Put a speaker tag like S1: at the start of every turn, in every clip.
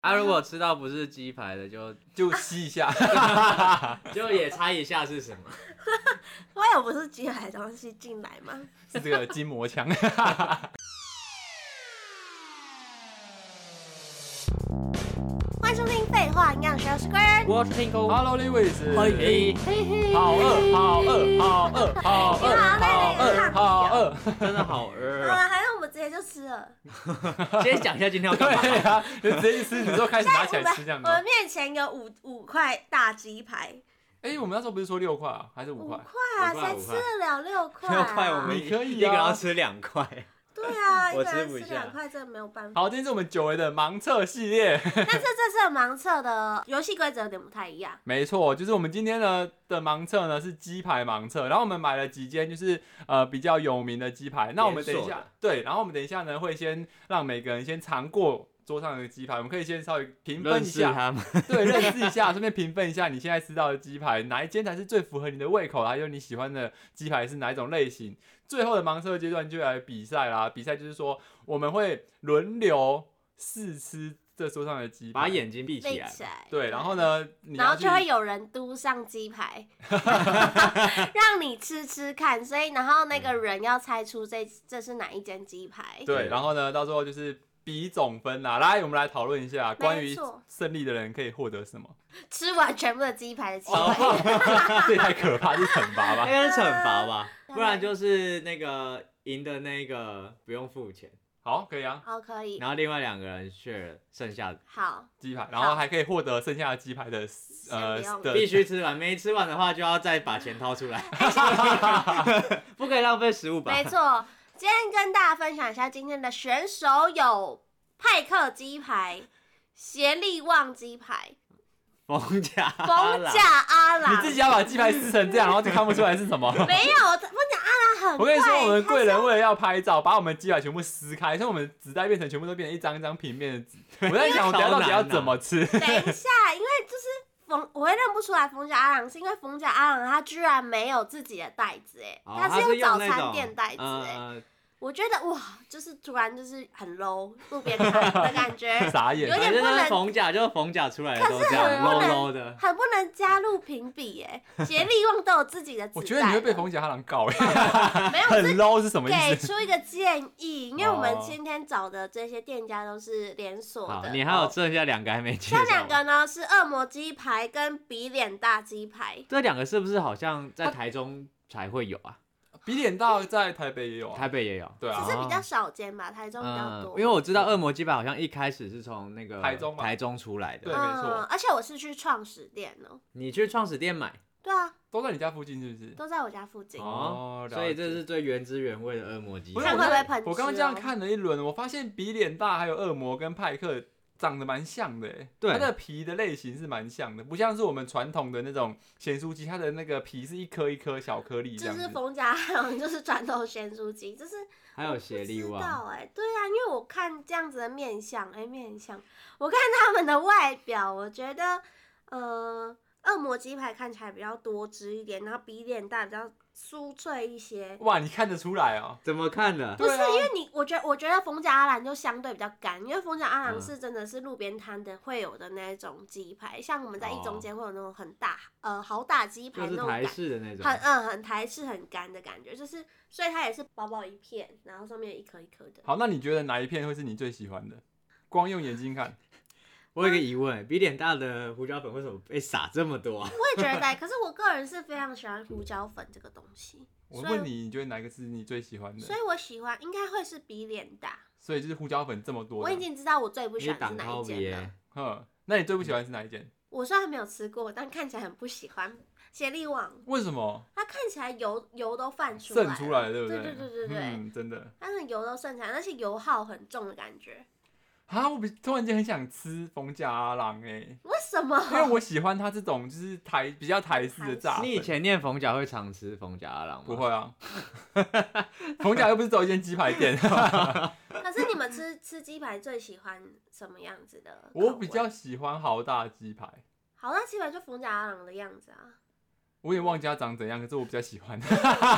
S1: 啊，如果吃到不是鸡排的，就
S2: 就吸一下，
S1: 就也猜一下是什么。
S3: 会有不是鸡排的东西进来吗？
S2: 是这个筋膜枪。
S3: 欢迎收听《废话营养学》，我是 Gwen。
S1: 我听空
S2: Hello Lewis，
S1: 欢迎，哎
S2: 好饿，好饿，好饿，好饿，好饿，好饿。
S1: 真的好饿
S3: 好
S1: 啊！
S3: 了，还是我们直接就吃了。
S1: 先讲一下今天要干嘛。
S2: 对啊，就直接一吃，你就开始拿起来吃这样
S3: 我们
S2: 子。
S3: 面前有五五块大鸡排，
S2: 哎，我们那时候不是说六块啊，还是五
S3: 五
S2: 块？
S3: 块啊，
S1: 五块
S3: 谁吃得了六块、啊？
S1: 六块我们
S2: 你可以啊
S1: 一个人要吃两块，
S3: 对啊，一
S1: 我
S3: 个
S1: 吃
S3: 人
S1: 不
S3: 吃
S1: 下
S3: 两块真的没有办法。
S2: 好，今天是我们久违的盲测系列。
S3: 但是这次的盲测的游戏规则有点不太一样。
S2: 没错，就是我们今天呢的盲测呢是鸡排盲测，然后我们买了几间就是呃比较有名的鸡排，那我们等一
S1: 连锁
S2: 下
S1: 的
S2: 对，然后我们等一下呢会先让每个人先尝过桌上的鸡排，我们可以先稍微评分一下，
S1: 们。
S2: 对，认识一下，顺便评分一下你现在吃到的鸡排哪一间才是最符合你的胃口，啊还有你喜欢的鸡排是哪一种类型。最后的盲测阶段就来比赛啦，比赛就是说我们会轮流试吃这桌上的鸡排，
S1: 把眼睛闭起
S3: 背
S1: 来。
S3: 起来。
S2: 对，然后？呢，你
S3: 然后
S2: 要去
S3: 就会有人嘟上鸡排， 让你吃吃看。所以，然后那个人要猜出这这是哪一间鸡排。
S2: 嗯对，
S1: 对
S2: 然后呢，到时候就是比总分啦。来，我们来讨论一下关于
S3: 错
S2: 胜利的人可以获得什么。
S3: 吃完全部的鸡排的机
S2: 好
S3: 会。
S2: 这也太可怕，是惩罚
S1: 应
S2: 吧？
S1: 该是惩罚吧，
S3: 对
S1: 不然就是那个赢的那个不用付钱，
S2: 好，可以啊，
S3: 好，哦可以，
S1: 然后另外两个人 share 剩下的，
S3: 好，
S2: 鸡排，然后还可以获得剩下的鸡排的呃
S3: 先不用
S2: 的
S1: 必须吃完，没吃完的话就要再把钱掏出 来，不可以浪费食物吧？
S3: 没错。今天跟大家分享一下今天的选手有派克鸡排、协力旺鸡排、
S1: 冯家阿
S3: 冯
S1: 郎，
S3: 甲阿
S2: 你
S3: 郎。
S2: 自己要把鸡排撕成这样，然后就看不出来是什么。
S3: 没有，冯甲阿郎很
S2: 我跟你说，我们
S3: 贵
S2: 贵人为了要拍照，把我们鸡排全部撕开，所以我们纸袋变成全部都变成一张一张平面的纸。我在想，我等一下到底要怎么吃？，
S3: 他 等一下，因为就是冯，我会认不出来冯甲阿郎，是因为冯甲阿郎他居然没有自己的袋子，哎、
S1: 哦
S3: 是
S1: 是
S3: 早
S1: 那
S3: 餐
S1: 种
S3: 店袋子，哎、
S1: 呃
S3: 我觉得哇，就是突然就是很 low 路边摊的感觉
S2: 傻
S3: 有
S2: 眼。
S1: 反
S3: 点
S1: 正
S3: 不
S1: 就是
S3: 能
S1: 冯甲，就是冯甲出来的都这
S3: 可是
S1: 样
S3: 很不
S1: low
S3: 能
S1: low 的，
S3: 很不能加入评比哎、协力旺都有自己的纸袋了。
S2: 我觉得你会被冯小哈郎搞，欸
S3: 没有
S2: 很
S3: 是
S2: low 是 什么意
S3: 给
S2: 思？
S3: 出一个建议，因为我们
S2: 哦
S3: 今天找的这些店家都是连锁
S1: 好，
S3: 的。
S1: 你还有剩下两个还没介绍
S3: 哦这
S1: 吗，
S3: 两个呢是恶魔鸡排跟比脸大鸡排，
S1: 这两个是不是好像
S3: 哦
S1: 在台中才会有啊？
S2: 比脸大在台北也有啊，
S1: 台北也有。
S2: 对啊
S3: 只，是比较少见吧，台中比较
S1: 嗯，
S3: 多。
S1: 因为我知道恶魔鸡排好像一开始是从那个
S2: 台中嘛
S1: 台中出来
S2: 对
S1: 的。
S2: 没错
S3: 嗯，而且我是去创始店哦。
S1: 你去创始店买，
S3: 对啊，
S2: 都在你家附近是不是？
S3: 都在我家附近。
S2: 哦
S1: 哦，
S2: 了解
S1: 所以这是最原汁原味的恶魔鸡
S2: 不
S1: 排。
S2: 是
S3: 看
S2: 我
S3: 会不
S2: 在
S3: 会喷
S2: 我刚刚
S3: 汁
S2: 这样
S3: 哦
S2: 看了一轮，我发现比脸大还有恶魔跟派克长得蛮像的欸，
S1: 对
S2: 它的皮的类型是蛮像的，不像是我们传统的那种咸酥鸡，它的那个皮是一颗一颗小颗粒这
S3: 就
S2: 样
S3: 是
S2: 子。
S3: 冯家好像就是传统咸酥鸡，就是
S1: 还有协力
S3: 不知
S1: 旺，
S3: 道哎、对啊，因为我看这样子的面相，哎、面相，我看他们的外表，我觉得，呃，恶魔鸡排看起来比较多汁一点，然后比脸蛋比较酥脆一些。
S2: 哇，你看得出来哦，
S1: 怎么看的？
S3: 不是，
S2: 对啊
S3: 因为你，我觉得，我觉得冯甲阿兰就相对比较干，因为冯甲阿兰
S1: 嗯
S3: 是真的是路边摊的会有的那种鸡排，像我们在一中
S1: 哦
S3: 街会有那种很大，呃，好大鸡排
S1: 就
S3: 那
S1: 是
S3: 种
S1: 台
S3: 感
S1: 式的那种
S3: 很。嗯很台式很干的感觉，就是所以它也是薄薄一片，然后上面有一颗一颗的。
S2: 好，那你觉得哪一片会是你最喜欢的？光用眼睛看，
S1: 我有个疑问，比脸大的胡椒粉为什么被撒这么多啊？
S3: 我也觉 得，可是我个人是非常喜欢胡椒粉这个东西，
S2: 我
S3: 所以
S2: 问你，你觉得哪个是你最喜
S1: 嗯
S2: 欢的
S3: 所？以我喜欢应该会是比脸大。
S2: 所以就是胡椒粉这么多
S3: 我已
S2: 的，
S3: 经知道我最不
S1: 你
S3: 喜
S1: 是
S3: 欢
S1: 挡
S3: 是哪一
S1: 靠
S3: 间了
S1: 别。，
S2: 哼，那你最不喜欢是哪一件？
S3: 我虽然没有吃过，但看起来很不喜欢。协力网，
S2: 为什么？
S3: 它看起来油油都泛出来
S2: 渗
S3: 了，
S2: 出来了，对不
S3: 对
S2: 对
S3: 对对对对
S2: 嗯，真的。
S3: 它那油都渗出来，而且油耗很重的感觉。
S2: 啊，我比突然间很想吃冯甲阿郎哎、
S3: 为什么？
S2: 因为我喜欢它这种就是台比较台式的炸粉。
S1: 你以前念冯甲会常吃冯甲阿郎吗？
S2: 不会啊？ 冯甲又不是走一间鸡排 店，
S3: 可是你们吃吃鸡排最喜欢什么样子的口味？
S2: 我比较喜欢豪大鸡排。
S3: 好，那基本就冯甲阿郎的样子啊。
S2: 我有点忘记它长怎样，可是我比较喜欢。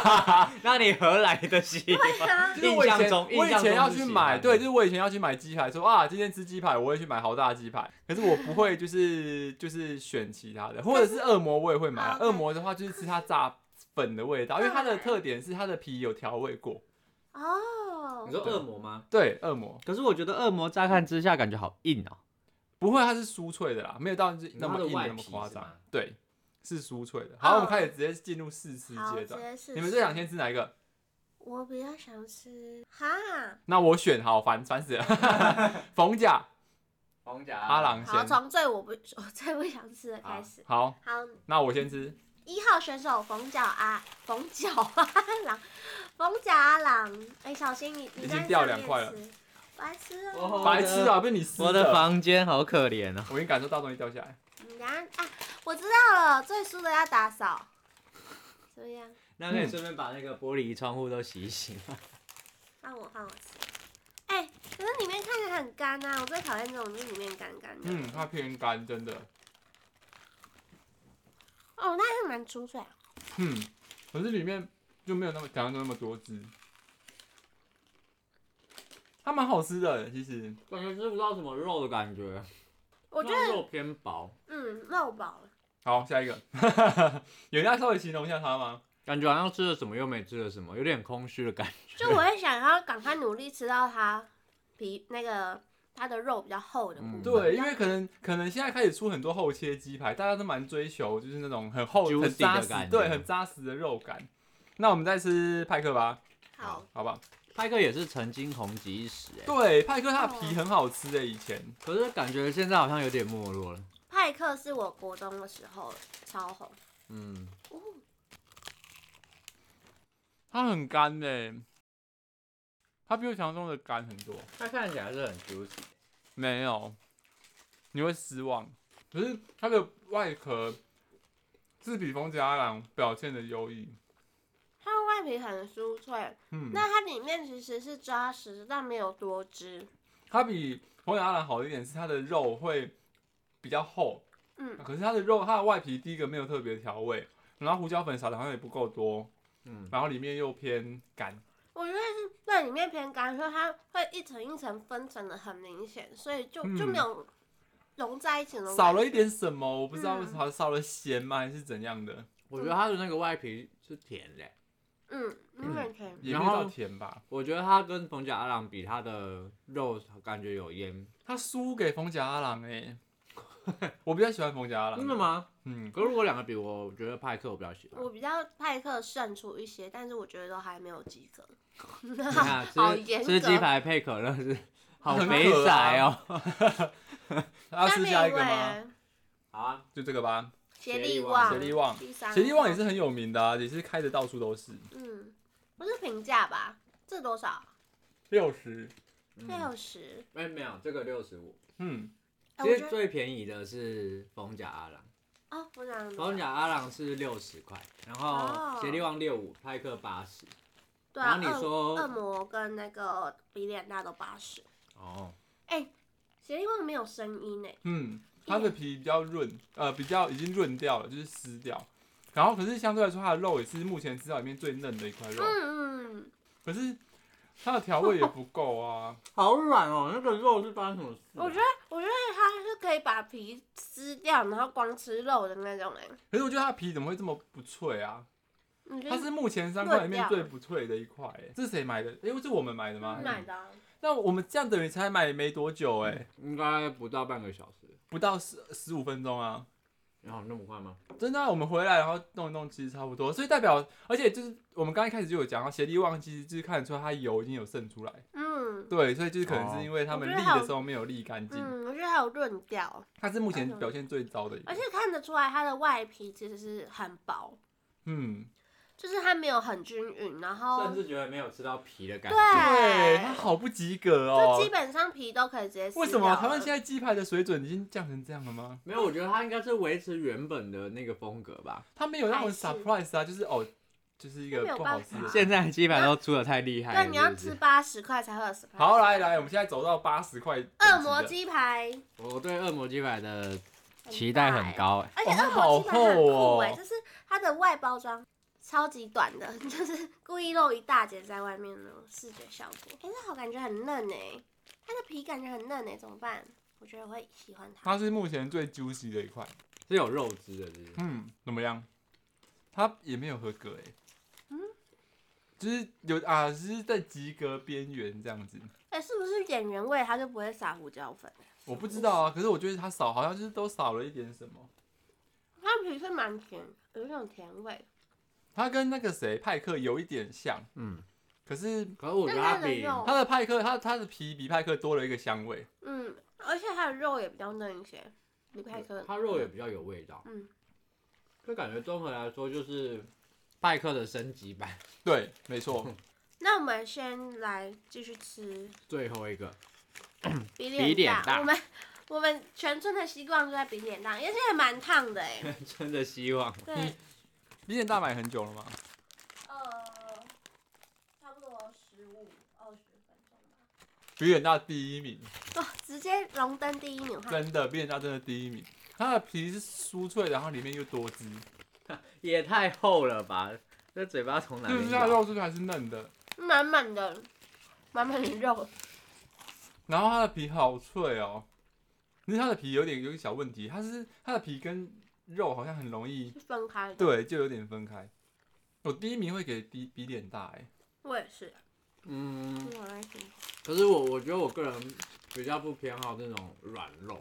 S1: 那你何来的喜欢？
S3: 啊，
S2: 就是我
S1: 印
S2: 以
S1: 象
S2: 前
S1: 中
S2: 我以前要
S1: 印象中是
S2: 去
S1: 喜
S2: 买，
S1: 欢的
S2: 对，就是我以前要去买鸡排，说啊，今天吃鸡排，我会去买豪大鸡排，可是我不会就是 就是选其他的，或者是恶魔我也会买
S3: 啊，，OK
S2: 恶魔的话就是吃它炸粉的味道，因为它的特点是它的皮有调味过，
S3: 哦
S1: 你，说恶魔吗？
S2: 对，恶魔
S1: 可是我觉得恶魔乍看之下感觉好硬哦。
S2: 不会，它是酥脆的啦，没有到那么
S1: 你说它的
S2: 硬
S1: 外
S2: 那么
S1: 皮
S2: 夸
S1: 是吗哦
S2: 张，对，是酥脆的。好，我们
S3: 嗯
S2: 开始直接进入试吃
S3: 好，
S2: 阶
S3: 直
S2: 段，
S3: 接试试。
S2: 你们最想先吃哪一个？
S3: 我比较想吃哈，
S2: 那我选好烦 烦死了，冯甲
S1: 红甲
S2: 阿郎
S3: 好，
S2: 先，啊
S3: 从最我不我最不想吃的开始。
S2: 好，
S3: 好，
S2: 那我先吃。
S3: 一号选手冯角阿冯角阿郎， 冯角阿郎，哎、小心你你
S2: 已经
S3: 在上
S2: 掉
S3: 面
S2: 两块了
S3: 吃，白痴哦、
S1: 哦
S2: 白痴啊，被你撕
S1: 我的房间好可怜哦。
S2: 我已经感受到东西掉下来。
S3: 你等下啊，我知道了，最输的要打扫，怎么样？
S1: 那可以顺便把那个玻璃窗户都洗一洗吗？
S3: 换我换我吃。哎、可是里面看起来很干啊，我最讨厌这种就是里面干干的。
S2: 嗯，它偏干，真的。
S3: 哦，那还蛮出水啊。
S2: 嗯，可是里面就没有那么想象中那么多汁。它蛮好吃的，其实。
S1: 感觉吃不到什么肉的感觉，
S3: 我觉得
S1: 肉偏薄，
S3: 嗯，肉饱了。
S2: 好，下一个， 有人要稍微形容一下它吗？
S1: 感觉好像吃了什么又没吃了什么，有点空虚的感觉。
S3: 就我会想要赶快努力吃到它皮那个它的肉比较厚的部分。
S1: 嗯
S2: 对，因为可能可能现在开始出很多厚切鸡排，大家都蛮追求就是那种很厚、
S1: Juicy
S2: 很扎
S1: 的
S2: 实
S1: 感，觉
S2: 对，很扎实的肉感。那我们再吃派克吧，
S3: 好，
S2: 好吧？
S1: 派克也是曾经红极一时哎，
S2: 对，派克它的皮很好吃诶，以前。
S1: 可是感觉现在好像有点没落了。
S3: 派克是我国中的时候超红。
S1: 嗯，
S3: 哦，
S2: 它很干呢、它比我想象中的干很多。
S1: 它看起来是很 juicy。
S2: 没有，你会失望。可是它的外壳是比冯家郎表现的优异。
S3: 它的外皮很酥脆，
S2: 嗯，
S3: 那它里面其实是扎实，但没有多汁。
S2: 它比冯家郎好一点是它的肉会比较厚，
S3: 嗯，
S2: 可是它的肉它的外皮第一个没有特别调味，然后胡椒粉撒的好像也不够多，
S1: 嗯，
S2: 然后里面又偏干。
S3: 我觉得是对里面偏干，所以它会一层一层分层的很明显，所以就就
S2: 嗯
S3: 没有融在一起的那种
S2: 少
S3: 感
S2: 了
S3: 觉
S2: 一点什么，我不知道
S3: 嗯
S2: 为什么少了咸吗，还是怎样的，
S1: 我觉得它的那个外皮是甜的欸，
S3: 嗯，有点甜。
S2: 也没
S1: 然
S2: 有
S1: 后
S2: 到甜吧。
S1: 我觉得它跟冯甲阿郎比，它的肉感觉有腌。
S2: 他输给冯甲阿郎哎、我比较喜欢冯甲阿
S1: 真的
S2: 郎。
S1: 吗？
S2: 嗯，
S1: 可是如果两个比，我觉得派克我比较喜欢
S3: 我。比较派克胜出一些，但是我觉得都还没有及格。
S2: 嗯
S1: 你 看，
S3: 好
S1: 吃
S3: 严格，
S1: 吃鸡排配可乐 是好
S2: 很
S1: 肥
S2: 可
S1: 仔哦。
S2: 那要
S3: 下
S2: 吃
S3: 面
S2: 下一
S3: 一
S2: 个
S3: 位
S2: 吗？
S3: 欸
S1: 好啊，
S2: 就这个吧，
S3: 协
S1: 协
S3: 力
S1: 力
S3: 旺，
S1: 旺
S2: 协力旺。
S3: 第三，
S2: 协力旺也是，很有名的、啊，也是开的到处都是。
S3: 嗯，不是评价吧？这多少？
S2: 六十，
S1: 嗯，
S3: 六十。
S1: 哎没有，这个六十五。
S2: 嗯，
S3: 哎，
S1: 其
S3: 我
S1: 实
S3: 觉得
S1: 最便宜的是冯甲阿郎，
S3: 哦，我讲
S1: 冯甲阿郎是六十块，然
S3: 哦
S1: 后协力旺六五，派克八十。
S3: 对
S1: 然
S3: 啊，
S1: 后你
S3: 恶恶
S1: 说
S3: 魔跟那个比脸大都八十。
S1: 哦，
S3: 协力旺没有声音呢，欸
S2: 嗯，它的皮比较润，呃，比较已经润掉了，就是湿掉。然后可是相对来说，它的肉也是目前吃到里面最嫩的一块
S1: 哦
S2: 肉，
S3: 嗯嗯，
S2: 可是它的调味也不够啊。
S1: 好软哦，那个肉是发生什么事啊
S3: 我觉得我觉得它是可以把皮撕掉，然后光吃肉的那种哎，
S2: 可是我觉得它的皮怎么会这么不脆啊？
S3: 你觉
S2: 它
S3: 得
S2: 是目前三块里面最不脆的一块、
S3: 嗯
S2: 欸，这是谁买的？因、为这是我们买的吗？
S3: 买的啊？
S2: 那我们这样等于才买没多久哎、
S3: 嗯
S1: 应该不到半个小时。
S2: 不到十十五分钟啊！
S1: 然后那么快吗？
S2: 真的啊、我们回来然后弄一弄，其实差不多。所以代表，而且就是我们刚一开始就有讲到，协力旺其实就是看得出它油已经有渗出来，
S3: 嗯
S2: 对，所以就是可能
S1: 哦
S2: 是因为他们
S3: 我觉得
S2: 沥
S3: 还有
S2: 的时候没有沥干净，
S3: 嗯，我觉得还有润掉，
S2: 它是目前表现最糟的一
S3: 而
S2: 个
S3: 且。看得出来它的外皮其实是很薄，
S2: 嗯，
S3: 就是它没有很均匀，然后
S1: 甚至觉得没有吃到皮的感觉。
S2: 对，
S3: 哦对啊
S2: 它，好不及格哦
S3: 哎就基。本上皮都可以直接撕
S2: 为什么
S3: 掉
S2: 台湾
S3: 了
S2: 现在鸡排的水准已经降成这样了吗？
S1: 没有，我觉得它应该是维持原本的那个风格吧。
S2: 它没有那种
S3: 还是
S2: surprise 啊，就是哦，就是一
S3: 就
S2: 个
S3: 没有
S2: 不好吃的
S3: 办 法
S1: 现在鸡排都出的太厉害了。
S3: 对，你要
S1: 是
S3: 吃
S1: 不是。
S3: 八十块才会有十块。
S2: 好，来来，我们现在走到八十块等级的。
S3: 恶魔鸡排，
S1: 我对恶魔鸡排的
S3: 很
S1: 期待
S3: 大
S1: 很
S3: 欸，
S1: 高哎、
S3: 而且
S2: 哦
S3: 恶
S2: 它
S3: 魔鸡排很
S2: 好厚
S3: 酷
S2: 哦
S3: 哎，就是它的外包装超级短的， 就是故意露一大截在外面那种视觉效果。哎、这好感觉很嫩哎、它的皮感觉很嫩哎、怎么办？我觉得我会喜欢它。
S2: 它是目前最 juicy 的一块。
S1: 是有肉汁的，是不是
S2: 嗯，怎么样？它也没有合格哎、
S3: 嗯
S2: 就是有啊，就是在及格边缘这样子。
S3: 哎、是不是演原味它就不会撒胡椒粉？
S2: 我不知道啊，可是我觉得它少，好像就是都少了一点什么。
S3: 它皮是蛮甜，有一种甜味。
S2: 它跟那个谁派克有一点像，
S1: 嗯，
S2: 可是
S1: 可是我觉得它
S3: 但它的
S1: 比
S3: 肉
S2: 它的派克，它它的皮比派克多了一个香味。
S3: 嗯，而且它的肉也比较嫩一些，比派克。
S1: 它肉也比较有味道，
S3: 嗯，
S1: 就感觉综合来说就是派克的升级版。
S2: 对，没错，
S3: 那我们先来继续吃
S1: 最后一个，比
S3: 比脸
S1: 脸
S3: 蛋。
S1: 蛋
S3: 我们我们全村的希望就在比脸蛋，而且也蛮烫的哎、
S1: 真的希望
S3: 对，
S2: 你点大买很久了吗？
S3: 呃，差不多十五二十分钟吧。
S2: 比远大第一名，
S3: 哇、哦直接荣登第一名哈！
S2: 真的，比远大真的第一名。它的皮是酥脆的，然后里面又多汁，
S1: 也太厚了吧？这嘴巴从哪
S2: 就是
S1: 边
S2: 它的
S1: 咬？
S2: 肉质还是嫩的，
S3: 满满的，满满的肉。
S2: 然后它的皮好脆哦。可是它的皮有点有一个小问题，它是它的皮跟肉好像很容易
S3: 是分开的。，
S2: 对，就有点分开。我第一名会给比比脸大哎、
S3: 我也是，
S1: 嗯，
S3: 我来听。
S1: 可是我我觉得我个人比较不偏好这种软肉，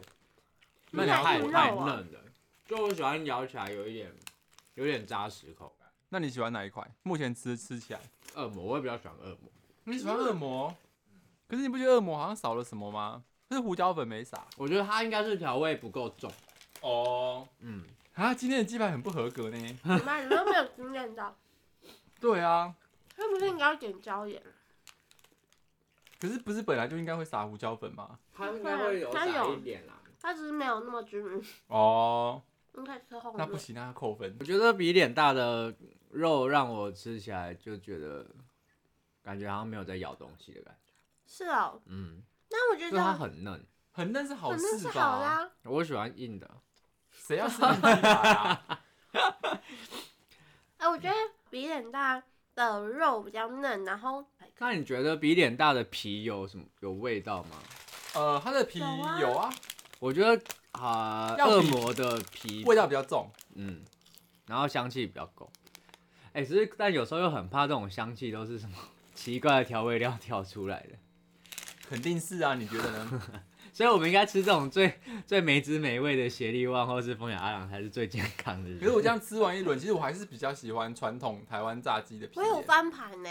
S1: 那
S2: 那你要
S1: 太
S2: 煮肉
S1: 太
S3: 啊
S1: 嫩了，就我喜欢咬起来有一点有点扎实口感。
S2: 那你喜欢哪一款？目前吃吃起来，
S1: 恶魔，我也比较喜欢恶魔，
S2: 你喜欢恶魔，可是你不觉得恶魔好像少了什么吗？就是胡椒粉没撒
S1: 我觉得它应该是调味不够重。
S2: 哦。
S1: 嗯，
S2: 啊，今天的鸡排很不合格呢。
S3: 你们你都没有惊艳到，
S2: 对啊，
S3: 是不是应该要点椒盐？
S2: 可是不是本来就应该会撒胡椒粉吗？
S1: 它应该会有
S3: 它有
S1: 少一点啦。
S3: 它只是没有那么均匀，
S2: 哦，
S3: 应该吃后
S2: 那不
S3: 面。
S2: 行，那要扣分
S1: 我。觉得比脸大的肉让我吃起来就觉得，感觉好像没有在咬东西的感觉。
S3: 是哦，
S1: 嗯，
S3: 那我觉
S1: 就是它
S3: 得
S1: 很嫩，
S2: 很嫩是好
S3: 肯定是
S2: 事
S3: 好的、
S2: 吧？
S3: 啊。
S1: 我喜欢硬的。
S2: 谁要吃嫩鸡排 啊？
S3: 哎、我觉得比脸大的肉比较嫩，然后
S1: 那你觉得比脸大的皮有什么有味道吗？
S2: 呃，它的皮
S3: 有啊
S2: 有啊，
S1: 我觉得啊，
S2: 要比
S1: 恶魔的皮，
S2: 味道比较重。
S1: 嗯，然后香气比较够。哎、只是但有时候又很怕这种香气都是什么奇怪的调味料调出来的，
S2: 肯定是啊，你觉得呢？
S1: 所以我们应该吃这种最最没滋没味的协力旺或是风雅阿郎才是最健康的。
S2: 可是我这样吃完一轮，其实我还是比较喜欢传统台湾炸鸡的皮耶。
S3: 我有翻盘呢、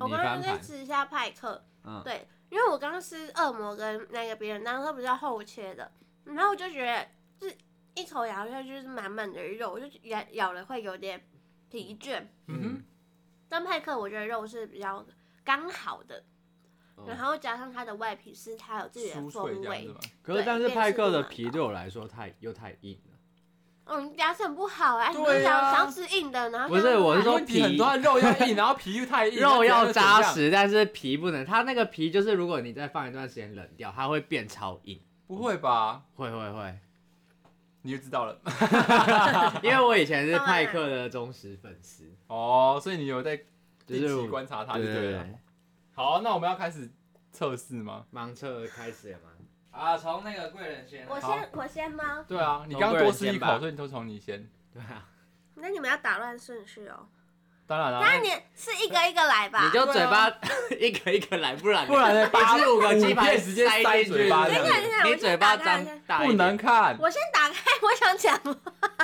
S3: 我
S1: 你
S3: 刚刚
S1: 翻
S3: 在
S1: 盘，
S3: 吃一下派克，
S1: 嗯，
S3: 对，因为我刚刚吃恶魔跟那个别人当时比较厚切的，然后我就觉得就是一口咬下去就是满满的肉，我就咬咬了会有点疲倦。
S2: 嗯
S3: 但派克我觉得肉是比较刚好的，
S1: 哦
S3: 然后加上它的外皮是它有自己的
S2: 酥
S3: 风
S2: 脆这样
S3: 味
S2: 子，吗？
S1: 可是
S3: 对
S1: 但是
S3: 辨
S1: 派
S3: 识
S1: 克
S3: 度
S1: 的
S3: 蛮
S1: 皮
S3: 高
S1: 对我来说太又太硬了，
S3: 嗯，牙齿很不好啊，你就
S2: 对
S3: 想
S2: 啊
S3: 想要吃硬的，然后
S1: 不是
S3: 就
S1: 我是说
S2: 问题很多，肉要硬，然后皮又太硬，
S1: 哎肉要扎
S2: 那怎样。
S1: 实，但是皮不能，它那个皮就是如果你再放一段时间冷掉，它会变超硬。
S2: 不会吧？
S1: 会会会，
S2: 你就知道了。
S1: 因为我以前是
S3: 当然
S1: 派克的忠实粉丝，
S2: 哦，所以你有在
S1: 就是
S2: 定期
S1: 我
S2: 观察它就
S1: 对对
S2: 对了。
S1: 对，
S2: 好，那我们要开始测试吗？
S1: 盲测开始了吗？啊，从那个贵人先
S3: 我先我先吗？
S2: 对啊，你
S1: 从
S2: 刚刚
S1: 贵人
S2: 多吃一
S1: 先吧
S2: 口，所以你就从你先。
S1: 对啊，
S3: 那你们要打乱顺序哦。
S2: 当然
S3: 当
S2: 啦
S3: 然，你是一个一个来吧。
S1: 你就嘴巴 一个一个来，不然
S2: 不然呢？
S1: 八
S2: 八
S1: 十五个鸡排
S2: 直接塞
S1: 进
S2: 嘴
S1: 去
S2: 巴
S3: 等
S2: 这
S3: 一下等
S2: 样子，
S3: 一下，
S1: 你
S3: 我
S1: 嘴
S3: 先
S1: 巴
S3: 打开
S1: 张
S3: 一下。
S1: 大
S2: 不
S1: 一点，
S2: 能看。
S3: 我先打开， 我想讲，不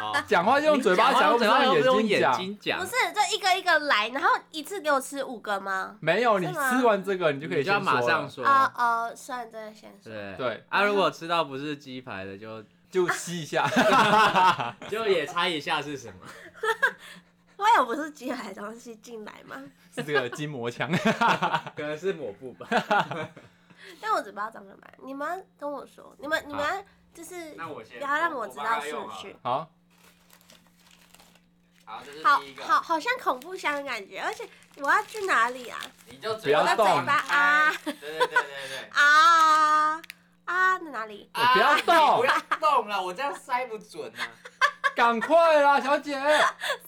S1: 哦
S2: 讲话就用嘴巴讲，
S1: 你
S2: 又不是
S1: 讲话又不是
S2: 用
S1: 用
S2: 眼
S1: 眼
S2: 睛
S1: 睛
S2: 讲。
S1: 讲，
S3: 是就一个一个来，然后一次给我吃五个吗？
S2: 没有，你
S3: 是吗
S2: 吃完这个你就可以
S1: 你就要
S2: 先
S1: 马
S2: 说
S1: 上
S2: 了
S1: 说，
S3: 哦哦，算这个先说。
S1: 啊对
S2: 对
S1: 啊，如果吃到不是鸡排的，就
S2: 就吸一下。
S1: 就也猜一下是什么。
S3: 我有不是寄来的东西进来吗？
S2: 是这个筋膜 枪。
S1: 可能是抹布吧。
S3: 但我嘴巴长得蛮，你们要跟我说，你们你们要就是
S1: 那我
S3: 不
S1: 先，
S3: 要让我知道顺序。。
S2: 好，
S1: 好，这是
S3: 好
S1: 第一
S3: 好
S1: 个，
S3: 好像恐怖箱的感觉，而且我要去哪里啊？
S1: 你就
S2: 不要
S3: 我的
S2: 动
S3: 嘴巴啊
S1: 对对对对 对。
S3: 啊啊！在哪里？
S2: 我不要动
S1: 你不要动了，我这样塞不准啊。
S2: 赶快啦，小姐。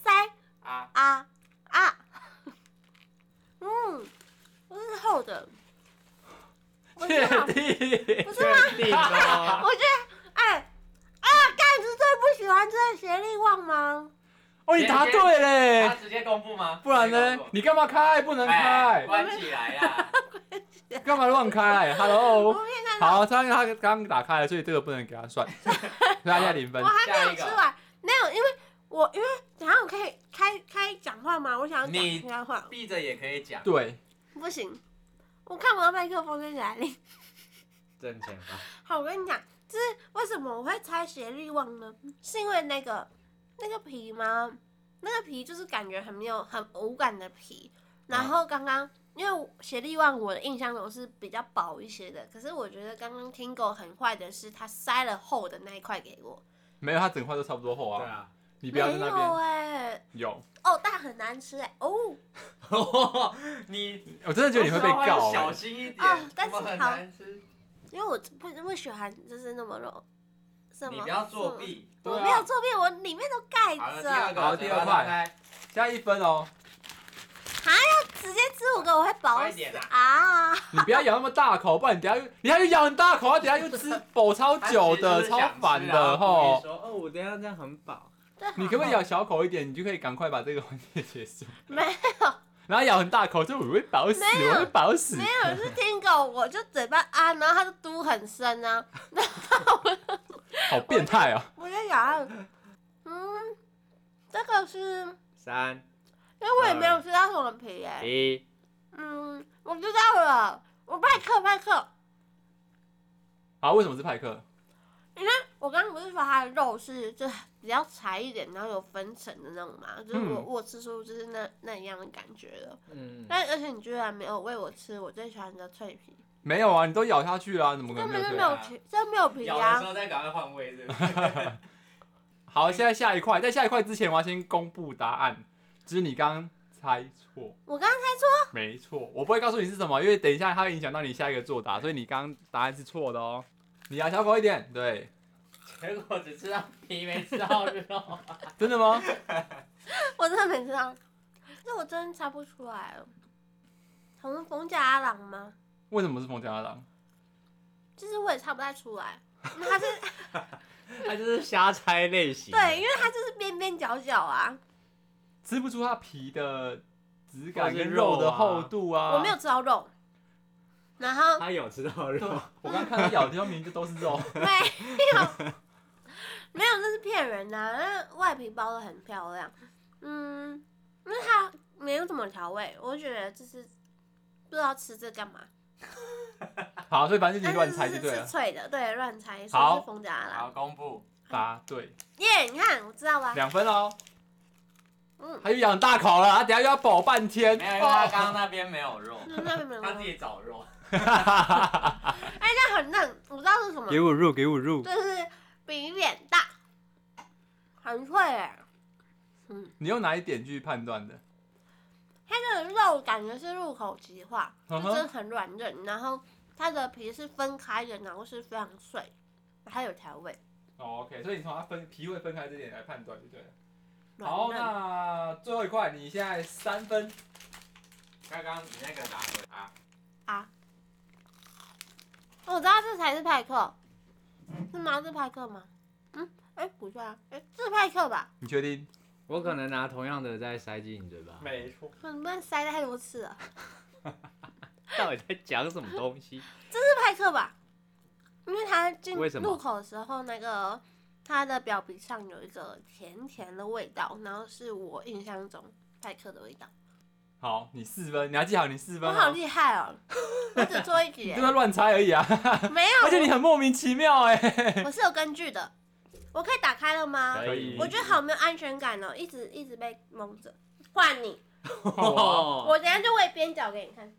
S3: 塞
S2: 啊，
S3: 啊啊，嗯，不是厚的，我觉
S2: 确
S3: 得好
S2: 定？
S3: 不是吗？
S1: 确定哦。
S3: 我觉得，哎、啊，盖子最不喜欢这学历望吗？
S2: 哦，你答 对
S4: 他
S2: 嘞，
S4: 直接公布吗？
S2: 不然呢
S4: 直接公？布
S2: 你干嘛开？不能
S4: 哎，
S2: 开，
S4: 关起来啊呀！
S2: 干嘛乱开？Hello，
S3: 我面看到，
S2: 好，他他刚刚打开了，所以这个不能给他 算，所以他现在零分
S3: 我。还
S4: 下
S3: 没有
S4: 一
S3: 吃
S4: 个
S3: 完，没有，因为我因为等下我可以开开讲话吗？我想要讲
S4: 你
S3: 其他话，
S4: 闭着也可以讲，
S2: 对，
S3: 不行，我看我的麦克风在哪里。
S1: 挣钱吧。
S3: 好，我跟你讲，就是为什么我会猜斜绿望呢？是因为那个那个皮吗？那个皮就是感觉很没有很无感的皮。然后刚刚、因为斜绿望我的印象中是比较薄一些的，可是我觉得刚刚听狗很坏的是他塞了厚的那一块给我，
S2: 没有，他整块都差不多厚啊，
S1: 啊，
S2: 你不要在
S3: 没
S2: 那
S3: 有
S2: 边
S3: 哎、
S2: 有，
S3: 哦，但很难吃哎、哦
S4: 你
S2: 我真的觉得你会
S4: 有
S2: 被
S4: 时候
S2: 告
S4: 要小
S2: 欸。
S4: 心一点
S3: 哦，但是
S4: 我们很难吃，
S3: 因为我不不喜欢就是那么肉，什么
S4: 你不要作，弊。
S3: 什么我
S2: 对啊
S3: 没有作弊，我里面都盖
S4: 好了，
S3: 着，
S4: 第二个，
S2: 好第
S4: 嘴
S2: 二
S4: 巴
S2: 块
S4: 张开，
S2: 现在一分哦，
S3: 直接吃五个我会饱
S4: 快
S3: 死
S4: 点啊
S3: 啊！
S2: 你不要咬那么大口，不然你等下又你还又咬很大口，等下又吃饱超久的，超烦的
S4: 吼
S2: 啊吼。。
S1: 说哦，我等一下这样很饱。
S3: 对啊
S2: 你可不可以咬小口一点，你就可以赶快把这个环节结束。
S3: 没
S2: 然后咬很大口，就我会饱死，
S3: 没有
S2: 我会饱死
S3: 没。有是听狗，我就嘴巴啊，然后它就嘟很深啊，
S2: 好变态哦！
S3: 我就咬它。嗯，这个是因
S1: 三
S3: 为我也没有吃到什么皮耶、
S2: 哎
S1: 一，
S3: 嗯，我知道了，我派克派克，
S2: 好，为什么是派克？
S3: 我刚刚不是说它的肉是就是比较柴一点，然后有分层的那种嘛，就是我、
S2: 嗯
S3: 我吃出就是那那一样的感觉了。
S1: 嗯，
S3: 但而且你居然没有喂我吃我最喜欢的脆皮，
S2: 没有啊，你都咬下去了、怎么可能
S3: 根
S2: 没有
S3: 本就
S2: 脆
S3: 没
S2: 啊？
S3: 有皮，真没有皮
S4: 咬的
S3: 啊
S4: 时！候再赶快换位，是不是？
S2: 好，现在下一块，在下一块之前，我要先公布答案，就是你刚刚猜错，
S3: 我刚刚才说
S2: 没错，我不会告诉你是什么，因为等一下它会影响到你下一个作答，所以你刚刚答案是错的哦。你咬小口一点，对，
S4: 结果只吃到皮，没吃到肉。
S2: 真的吗？
S3: 我真的没吃到，这我真的猜不出来了。从冯甲阿郎吗？
S2: 为什么是冯家郎？
S3: 其实我也猜不太出来，因为 他是
S1: 他就是瞎猜类型。
S3: 对，因为他就是边边角角啊，
S2: 吃不出它皮的质感
S1: 或是
S2: 跟
S1: 肉啊
S2: 肉的厚度啊。
S3: 我没有，吃到肉，然 后
S1: 他有吃到肉。
S2: 我刚看它咬的地方明明就都是肉。
S3: 没有，没有，那是骗人的、啊。那外皮包的很漂亮，嗯，因为它没有怎么调味，我觉得就是不知道吃这干嘛。
S2: 好，所以反正就
S3: 但
S2: 你
S3: 是
S2: 乱猜就是对
S3: 是
S2: 了。
S3: 脆的，对，乱猜，说
S2: 好
S3: 是冯甲 阿
S4: 好，
S3: 郎。
S4: 公布。
S2: 答对，
S3: 耶你看我知道吧？
S2: 两分哦。
S3: 嗯，
S2: 他又养大口了，他等一下又要饱半天。
S4: 没有，因为他刚刚那边没有肉，
S3: 那那边没有
S4: 他自
S3: 问题。
S4: 己找肉。
S3: 哎，那很嫩，我知道是什么，
S1: 给我肉，给我肉。
S3: 就是比脸大，很脆哎。
S2: 你用哪一点去判断的？
S3: 它的肉感觉是入口即化，就
S2: 嗯
S3: 真
S2: 哼
S3: 的很软嫩，然后它的皮是分开的，然后是非常脆，还有调味。
S2: 哦，OK，所以你从它分皮会分开这点来判断就对了。
S3: 软
S2: 好，
S3: 嫩。
S2: 那最后一块，你现在三分，
S4: 刚刚你那个答对啊，
S3: 哦我知道这才是派克，是吗？是派克吗？嗯，哎、不对啊，哎、是派克吧？
S2: 你确定？
S1: 我可能拿同样的再塞进你嘴巴。
S2: 没错。
S3: 你不能塞太多次啊了，
S1: 到底在讲什么东 西？
S3: 是派克吧？因为它进
S1: 为什么
S3: 入口的时候，那个它的表皮上有一个甜甜的味道，然后是我印象中派克的味道。
S2: 好，你四分，你还记好你四分
S3: 我
S2: 哦、
S3: 好厉害哦！我只做一题
S2: 你
S3: 耶
S2: 就，在乱猜而 已啊，
S3: 没有，
S2: 而且你很莫名其妙哎、
S3: 我是有根据的，我可以打开了吗？
S2: 可以
S3: 啊我觉得好没有安全感哦，一直一直被蒙着。换你，
S1: 我
S2: 哦
S1: 哦
S3: 我等一下就喂边角给你看。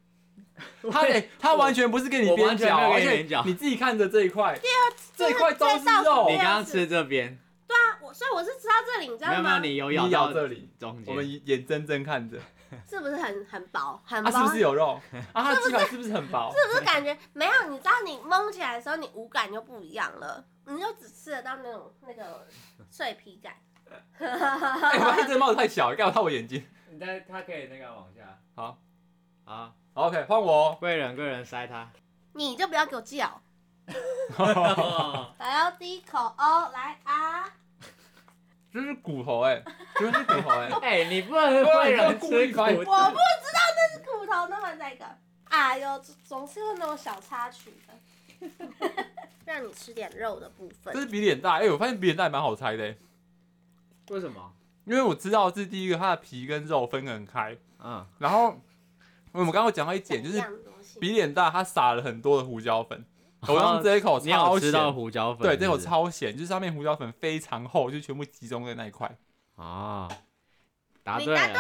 S2: 他哎、他完全不是跟你
S1: 我
S2: 边
S1: 完全
S2: 角，
S1: 没有
S2: 而
S1: 跟你
S2: 且
S1: 边角
S2: 你自己看着这一块，这一块都是
S3: 啊这道
S2: 肉
S3: 是
S1: 你，刚刚吃这边，
S3: 对啊，我所以我是吃到这里，你知
S1: 没
S3: 道
S1: 有没有，
S3: 吗？
S1: 你有
S2: 你
S1: 到
S2: 咬这里，
S1: 中
S2: 我
S1: 间。
S2: 们眼睁睁看着，
S3: 是不是很很薄，很
S2: 它、
S3: 薄？
S2: 是不是有肉？啊，它的鸡排是不是很薄？
S3: 是不是感觉没有？你知道你蒙起来的时候，你五感就不一样了，你就只吃得到那种那个脆皮感。
S2: 哎、我发现这个帽子太小了，盖不到我眼睛。
S1: 你在他可以那个往下。
S2: 好，
S1: 啊，
S2: 好 OK，换我哦。
S1: 贵人贵人塞他。
S3: 你就不要给我叫。 来哦，第一口哦，来啊！
S2: 这是骨头哎、这是骨头哎、
S1: 哎、你不能贵人吃苦
S3: 我不知道那是骨头，那么那个，哎呦，总是有那种小插曲的。 让你吃点肉的部
S2: 这
S3: 分，
S2: 是比脸大哎、我发现比脸大还蛮好猜的、哎
S1: 为什么？
S2: 因为我知道是第一个，它的皮跟肉分得很开。
S1: 嗯，
S2: 然后我们刚刚有讲到一点，就是
S3: 样的东西。
S2: 比脸大，它撒了很多的胡椒粉。我用这一口
S1: 哦你有
S2: 超
S1: 吃到
S2: 咸，
S1: 胡椒粉
S2: 对，这口
S1: 是不是
S2: 超咸，就是上面胡椒粉非常厚，就全部集中在那一块。
S1: 啊，答
S3: 你
S1: 对
S3: 答
S1: 了
S3: 对。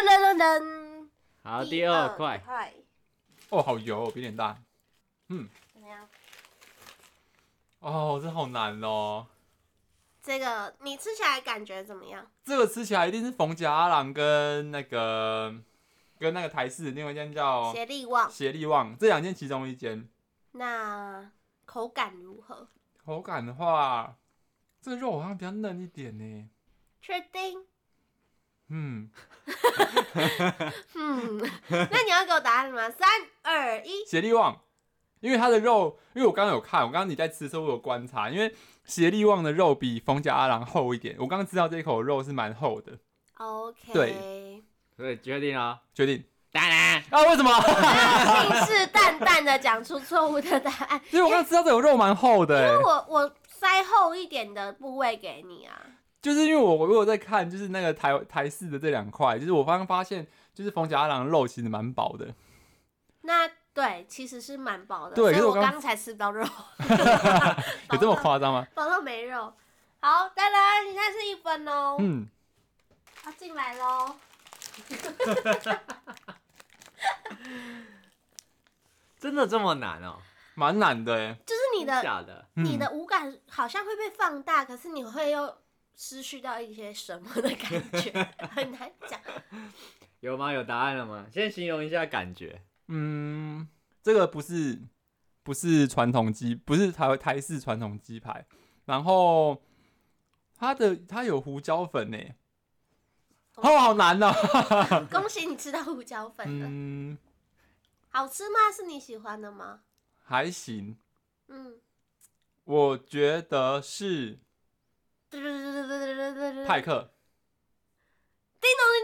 S3: 了，噔噔噔噔。
S1: 好，第二块，
S3: 块
S2: 哦，好油、哦，比脸大。
S3: 怎么样？
S2: 哦，这好难哦。
S3: 这个你吃起来感觉怎么样？
S2: 这个吃起来一定是冯家阿郎跟那个跟那个台式的另外一间叫
S3: 协力旺，
S2: 协力旺这两间其中一间。
S3: 那口感如何？
S2: 口感的话，这个肉好像比较嫩一点呢。
S3: 确定？
S2: 嗯，
S3: 嗯， 那你要给我答案吗？三二一，
S2: 协力旺，因为它的肉，因为我刚刚有看，我刚刚你在吃的时候我有观察，因为协力旺的肉比冯家阿郎厚一点。我刚刚知道这口肉是蛮厚的，
S3: OK，
S2: 对
S1: 所以决定了。
S2: 决定
S1: 当然，
S2: 啊？为什么？
S3: 信誓旦旦的讲出错误的答案，
S2: 因为我刚刚知道这口肉蛮厚的、欸
S3: 那。我我塞厚一点的部位给你啊。
S2: 就是因为我我有在看，就是那个台台式的这两块，就是我刚刚发现，就是冯甲阿郎的肉其实蛮薄的，
S3: 那对，其实是蛮薄的，所
S2: 对
S3: 以
S2: 可是我
S3: 我
S2: 刚
S3: 刚才吃不到肉，
S2: 有这么夸张吗？
S3: 饱到没肉。好，当然你那是一分哦，
S2: 嗯，
S3: 要进来喽。
S1: 真的这么难哦？
S2: 蛮难的欸
S3: 就是你的
S1: 假的？
S2: 嗯、
S3: 你的五感好像会被放大，可是你会又失去到一些什么的感觉， 很难讲。
S1: 有吗？有答案了吗？先形容一下感觉。
S2: 嗯，这个不是不是传统鸡，不是台台式传统鸡排，然后它的它有胡椒粉呢，哦，好难哦，
S3: 恭喜你吃到胡椒粉了，
S2: 嗯，
S3: 好吃吗？是你喜欢的吗？
S2: 还行，
S3: 嗯，
S2: 我觉得是派克，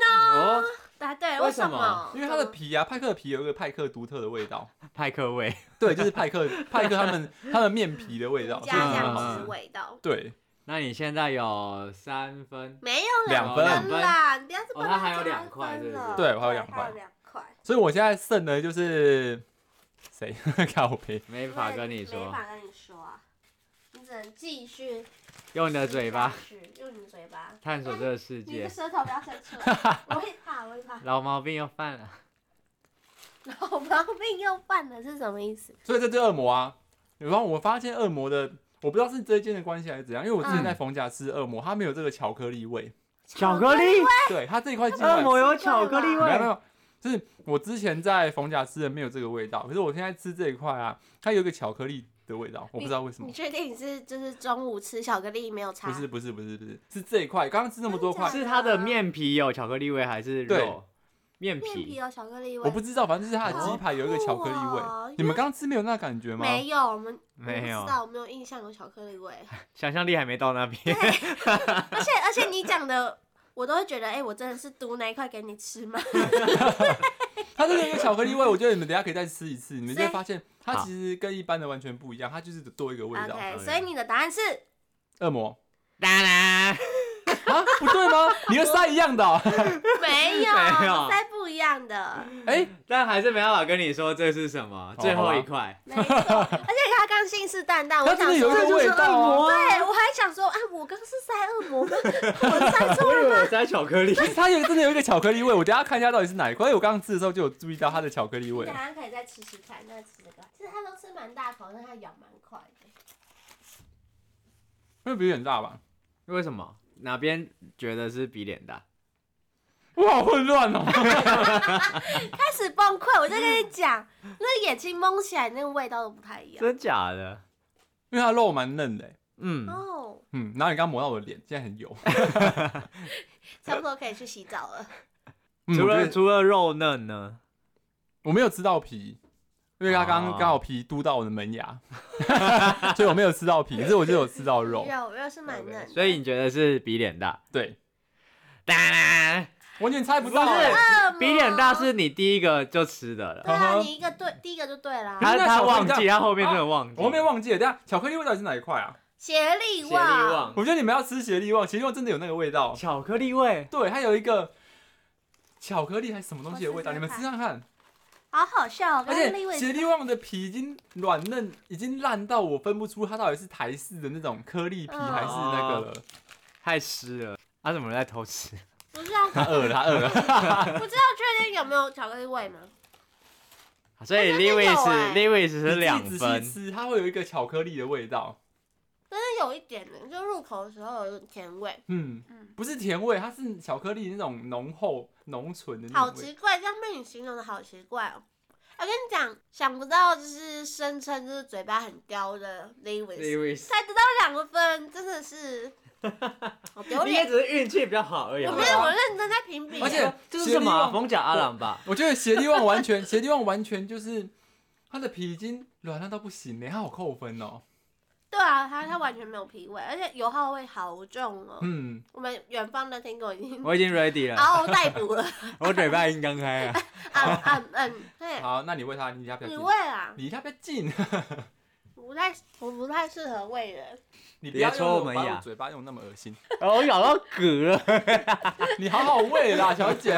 S3: 啊
S1: 哦，
S3: 答对，
S1: 为
S3: 什
S1: 什么
S2: 因为它的皮啊，派克皮有一个派克独特的味道。
S1: 派克味。
S2: 对，就是派克派克他们他们面皮的味道，所以
S3: 加
S2: 蛮
S1: 酱
S2: 好
S3: 酱
S2: 吃
S3: 汁
S1: 嗯
S3: 味道，
S2: 对，
S1: 那你现在有三分，
S3: 没有
S2: 两
S1: 分
S3: 分啦，你不要这么
S1: 哦它还有
S3: 乱加
S1: 两块
S3: 分
S1: 对不
S3: 了
S2: 对
S3: 对，
S2: 对我还有两块
S3: 还有两块，
S2: 所以我现在剩的就是谁 靠背，
S1: 没法跟你
S3: 没
S1: 说，
S3: 法跟你说啊，你只能继续
S1: 用你的
S3: 吃
S1: 嘴
S3: 下
S1: 巴
S3: 去，用你的嘴巴。
S1: 探索这个世
S3: 你
S1: 界。
S3: 的舌头不要伸出 来，我会怕，我会 怕。
S1: 老毛病又犯了，
S3: 老毛病又犯了是什么意思？
S2: 所以这只恶魔啊，然后我发现恶魔的，我不知道是这一件的关系还是怎样，因为我之前
S1: 嗯
S2: 在冯甲吃恶魔，它没有这个巧克力味，
S1: 巧克力
S2: 对，它这一块鸡
S1: 恶
S2: 块，
S1: 魔有巧克力
S2: 没有没
S1: 味，
S2: 有，就是我之前在冯甲吃的没有这个味道，可是我现在吃这一块啊，它有一个巧克力的味道，我不知道为什么
S3: 你，确定你是就是中午吃巧克力没有擦？
S2: 不是不是不是不是，是这一块，刚刚吃那么多块，
S1: 是它的面皮有巧克力味还是
S2: 对
S1: 肉？面
S3: 面皮
S1: 皮
S3: 有巧克力味，
S2: 我不知道，反正就是它的鸡排有一个巧克力
S3: 好酷
S2: 味
S3: 哦，
S2: 你们刚刚吃没有那个感觉吗？
S3: 没有，我们我不
S1: 没有
S3: 知，道，我没有印象有巧克力味。
S1: 想象力还没到那 边。
S3: 而且而且你讲的，我都会觉得，哎、我真的是毒那一块给你吃吗？
S2: 它这个有巧克力味，我觉得你们等一下可以再吃一次，你们就会
S3: 是
S2: 发现它
S1: 好
S2: 其实跟一般的完全不一样，它就是多一个味道。
S3: OK，所以你的答案是
S2: 恶魔
S1: 当然，
S2: 啊，不对吗？你和塞一样的哦、
S3: 没 有，
S1: 没有
S3: 猜不一样的，
S2: 哎、
S1: 但还是没办法跟你说这是什么。
S2: 好
S1: 最后
S2: 好吧
S1: 一块，
S3: 没错。而且他刚信誓旦旦，我
S2: 它
S3: 想
S2: 真的有
S3: 说
S2: 一个味道啊。
S3: 对，我还想说，啊，我刚是塞恶魔 吗？我塞错
S1: 我以
S3: 了
S1: 为
S3: 吗？
S1: 我在巧克力。
S2: 但是它有真的有一个巧克力味，我等一下看一下到底是哪一哎块。因为我刚刚吃的时候就有注意到它的巧克力味
S3: 等。下可以再吃吃看，再吃这个。其实它都吃蛮大口，但它咬蛮快的。
S2: 因为比脸大吧？
S1: 为什么？哪边觉得是比脸啊大？
S2: 我好混乱哦、
S3: 开始崩溃，我就跟你 讲，那眼睛蒙起来，那个味道都不太一样。
S1: 真假的？
S2: 因为它肉蛮嫩的、
S1: 嗯，
S3: 哦，
S2: 嗯，然后你刚刚抹到我的脸，现在很油。
S3: 差不多可以去洗澡了。
S2: 嗯
S1: 除
S2: 我觉
S1: 了
S2: 得
S1: 除了肉嫩呢？
S2: 我没有吃到皮，因为他刚
S1: 哦
S2: 刚刚好皮嘟到我的门牙， 所以我没有吃到皮，可是我就有吃到 肉。
S3: 肉肉是蛮嫩的，
S1: 所以你觉得是比脸啊大？
S2: 对，
S1: 当然，
S2: 完全猜不到
S1: 不是
S2: 欸。
S3: 恶魔
S1: 比脸大是你第一个就吃的了。
S3: 对啊，
S2: 呵呵
S3: 你一个对第一个就对啦。
S1: 他
S2: 可是那
S1: 他
S2: 巧克力
S1: 忘
S2: 这
S1: 记，他啊后面真的忘记。
S2: 我后面忘记了，等一下巧克力味到底是哪一块啊？
S3: 协力
S1: 协力旺
S3: 旺，
S2: 我觉得你们要吃协力旺，协力旺真的有那个味道。
S1: 巧克力味，
S2: 对，它有一个巧克力还是什么东西的味道，
S3: 我
S2: 你
S3: 哦试试看
S2: 们吃看看。
S3: 好好笑哦，
S2: 而
S3: 跟立
S2: 且
S3: 伟
S2: 协力旺的皮已经软嫩，已经烂到我分不出它到底是台式的那种颗粒皮
S3: 嗯
S2: 还是那个
S1: 哦
S2: 了。
S1: 太湿了。他怎么在偷 吃？
S3: 不知道
S2: 他饿了，他饿了。
S3: 不知道确定有没有巧克力味吗？
S1: 所以
S3: 好像有
S1: Lewis
S3: 欸
S1: Lewis 是两
S2: 你自己仔
S1: 分
S2: 细，吃，它会有一个巧克力的味道。
S3: 但是有一点呢，就入口的时候有点甜味，
S2: 嗯
S3: 嗯，
S2: 不是甜味，它是巧克力那种浓厚、浓醇的那
S3: 好
S2: 种味。
S3: 奇怪，这样被你形容的好奇怪哦。我跟你讲，想不到就是声称就是嘴巴很刁的 Lewis，
S1: Lewis
S3: 才得到两个分，真的 是好丢
S1: 应该
S3: 脸。
S1: 只是运气比较好而已。
S3: 我
S1: 好
S3: 没
S1: 不
S3: 有，
S1: 好
S3: 我认真在评比。
S2: 啊而且
S1: 这是什么
S2: 协
S1: 啊
S2: 力旺
S1: 冯甲阿郎吧？
S2: 我觉得协力旺完全， 协力旺完全就是它的皮已经软烂到不行了，它好扣分哦。
S3: 对啊，它它完全没有皮味，而且油耗味好重哦。
S2: 嗯，
S3: 我们远方的听狗已 经
S1: 我已经 ready 了，
S3: 嗷嗷待哺了，
S1: 我嘴巴已经刚开 了。
S3: 嗯嗯嗯，对，
S2: 好，那你喂它，你离它比较
S3: 你
S2: 近，
S3: 喂啊，
S2: 离它比较近，
S3: 不太我不太适合喂人。
S2: 你不
S1: 别
S2: 要
S1: 戳
S2: 用
S1: 我们
S2: 把
S1: 牙
S2: 嘴巴用那么恶心，
S1: 哦，我咬到嗝了。
S2: 你好好喂啦，小姐。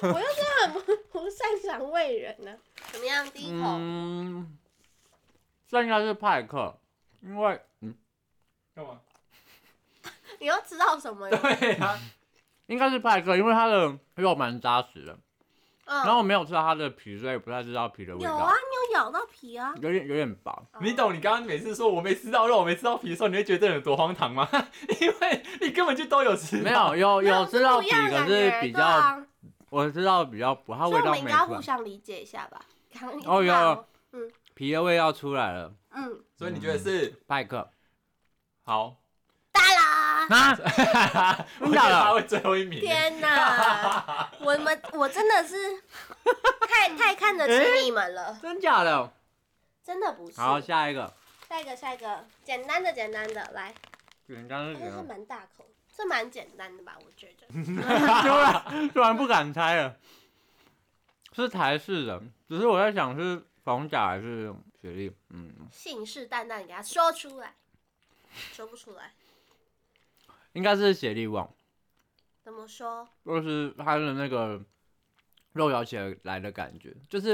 S3: 我就真的很不 不擅长喂人呢、怎么样，第一口？
S1: 嗯，剩下是派克，因为
S2: 干嘛？
S3: 你又吃到什么了？
S2: 对 啊，
S1: 应该是派克，因为它的肉蛮扎实的，
S3: 嗯，
S1: 然后我没有吃到它的皮，所以不太知道皮的味
S3: 有
S1: 道，
S3: 啊，你有咬到皮啊？
S1: 有点有点薄。
S2: 你懂你刚刚每次说我没吃到肉，我没吃到皮的时候，你会觉得这有多荒唐吗？ 因为你根本就都有吃到。
S1: 没有
S3: 哦
S1: 有有吃到
S3: 不
S1: 皮啊
S3: 一，样的
S1: 可
S3: 感
S1: 是
S3: 觉
S1: 比
S3: 对
S1: 较
S3: 啊
S1: 我知道比较薄，它
S3: 所
S1: 味
S3: 以我
S1: 道
S3: 们应
S1: 没
S3: 该要
S1: 出
S3: 互
S1: 来，
S3: 相理解一下吧。刚刚你
S1: 哦有
S3: 骂我
S1: 有皮的味道出来了。
S3: 嗯，
S2: 所以你觉得是
S1: 派克
S2: 好？
S3: 哒 啦！
S1: 啊，
S2: 我
S1: 真
S2: 觉得
S1: 的啊
S2: 他会最后一名。
S3: 天哪，我们我真的 是太太看得起你们了，
S1: 真假的？
S3: 真的不是。
S1: 好，下一个，
S3: 下一个，下一个，简单的，简单的，来，
S1: 简单
S3: 这是
S1: 是
S3: 蛮大口，这蛮简单的吧？我觉得。
S1: 突然突然不敢猜了，是台式的，只是我在想是逢甲还是雪莉，嗯，
S3: 信誓旦旦地给他说出来，说不出来，
S1: 应该是雪莉旺，
S3: 怎么说？
S1: 就是它的那个肉咬起来的感觉，就是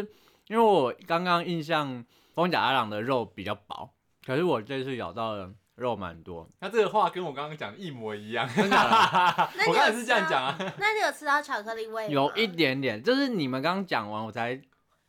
S1: 因为我刚刚印象逢甲阿朗的肉比较薄，可是我这次咬到的肉蛮多，
S2: 他这个话跟我刚刚讲的一模一样。
S1: 真假的？
S3: 那你
S2: 啊
S3: 有
S2: 我刚才是这样讲啊，
S3: 那你有吃到巧克力味吗？
S1: 有一点点，就是你们刚刚讲完，我才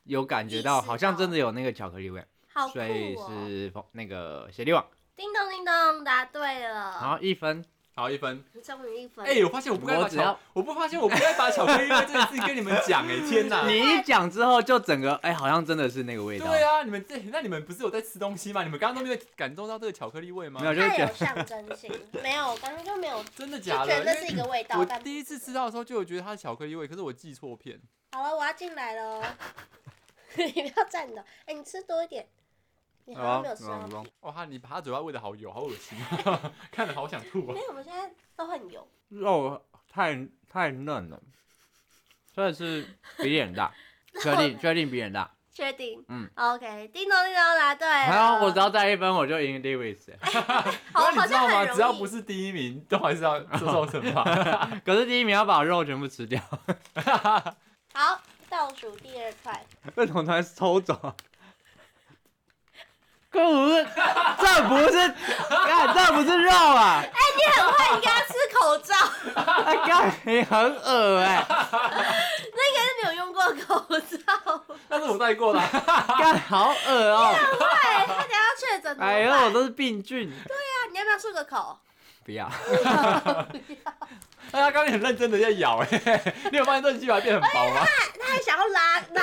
S1: 有感觉到，
S3: 意识到
S1: 好像真的有那个巧克力味，
S3: 好酷
S1: 所以
S3: 哦！
S1: 是那个协力网，
S3: 叮咚叮咚，答对
S1: 然
S3: 了，
S1: 后一分，
S2: 好一分。
S3: 你终于一分。
S2: 啊哎、我发现我不该
S1: 我
S2: 把
S1: 只要
S2: 巧，我不发现我不该把巧克力味这件事跟你们讲哎、 天
S3: 啊
S2: 哪！
S1: 你一讲之后就整个，哎，好像真的是那个味道，
S2: 对啊，你们这那你们不是有在吃东西吗？你们刚刚都没有感受到这个巧克力味吗
S1: 没？有，就是
S3: 太
S1: 觉
S3: 有
S1: 得
S3: 象征 性，没有，我刚刚就没有，
S2: 真的
S3: 就
S2: 假
S3: 觉
S2: 的？
S3: 得
S2: 因
S3: 那是一
S2: 为
S3: 个味道
S2: 我。
S3: 但
S2: 第一次吃到的时候就有觉得它是巧克力味，可是我记错片。
S3: 好了，我要进来喽， 你不要站着。哎，你吃多一点，你好像没有吃到
S1: 啊。啊啊
S2: 哇，它你把它嘴巴喂的好油，好恶心，啊看着好想吐啊
S3: 没！有，我们现在都很油。
S1: 肉太太嫩了，所以是比脸 大，确定确定比脸大，
S3: 确定，
S1: 嗯
S3: ，OK，叮咚叮咚，答对了。
S1: 然
S2: 啊
S1: 后我只要再一分我就赢 Davis，
S3: 好，
S2: 你
S3: 好
S2: 知道
S3: 像很
S2: 吗？
S3: 容易。
S2: 只要不是第一名，都还是要受到惩罚。
S1: 可是第一名要把肉全部吃掉，
S3: 好，倒数第二块，
S1: 为什么突然抽走啊？根本不是，这不是，看这不是肉啊！
S3: 快给他吃口 罩，
S1: 哎，干你很恶哎、
S3: 真的没有用过口罩。啊
S2: 但是我带过啦，
S1: 干好恶哦、
S3: 对，哎他等下要确诊怎么办？
S1: 哎呦，我都是病菌。
S3: 那你要不要漱个口？
S1: 不要，
S2: 大家刚刚很认真的在咬哎、 你有发现这鸡排变很薄吗？
S3: 他还想要拉拉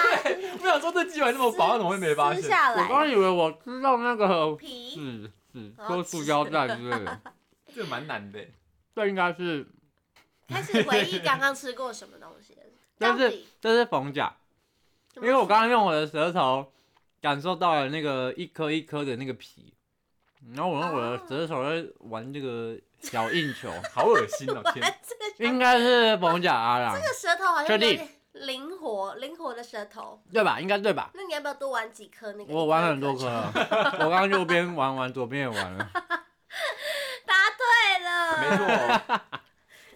S2: 我想说这鸡排那么薄，那怎么会没发
S3: 撕
S2: 现？
S3: 下
S1: 我
S3: 来
S1: 刚以为我吃到那个
S3: 皮，
S1: 是是
S3: 好
S1: 哦说塑胶袋之类的，
S2: 这个蛮难的欸。
S1: 这应该是，
S3: 开始回忆刚刚吃过什么东西了。
S1: 但
S3: 到
S1: 是
S3: 底
S1: 这是逢甲，因为我刚刚用我的舌头感受到了那个一颗一颗的那个皮，然后我用我的舌头在玩这个小硬球，
S2: 好恶心哦！天，
S1: 应该是逢甲阿郎
S3: 这个舌头好像
S1: 确
S3: 有
S1: 定
S3: 点灵活，灵活的舌头。
S1: 对吧？应该对吧？
S3: 那你要不要多玩几颗那个？
S1: 我玩很多颗，了，我刚刚右边玩完，左边也玩了。
S3: 答对
S2: 没
S3: 了。
S2: 错 哦，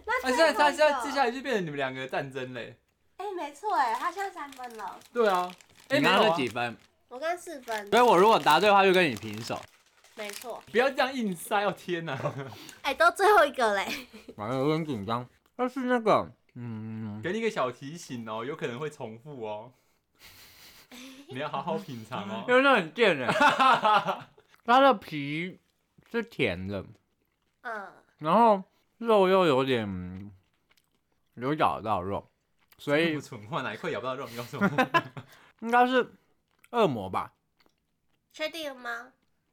S3: 那
S2: 啊，现
S3: 最
S2: 在
S3: 后
S2: 他
S3: 一
S2: 现在
S3: 个
S2: 接下来就变成你们两个的战争嘞。
S3: 哎，没错哎，他现在三分了，
S2: 对啊，哎，
S1: 你
S2: 没
S1: 刚
S2: 有
S1: 刚
S2: 啊
S1: 是几分？
S3: 我刚四分
S1: 所，以我如果答对的话，就跟你平手。
S3: 没错。
S2: 不要这样硬塞哦！天哪，
S3: 哎，都最后一个嘞。
S1: 完了，有点紧张。但是那个，嗯，
S2: 给你一个小提醒哦，有可能会重复哦，你要好好品尝
S1: 因
S2: 哦。
S1: 为那很贱哎、它的皮是甜的，
S3: 嗯，
S1: 然后肉又有点有咬到肉， 所
S2: 不
S1: 以
S2: 蠢话，哪一块咬不到肉？你告诉我，
S1: 应该是恶魔吧。
S3: 确定吗？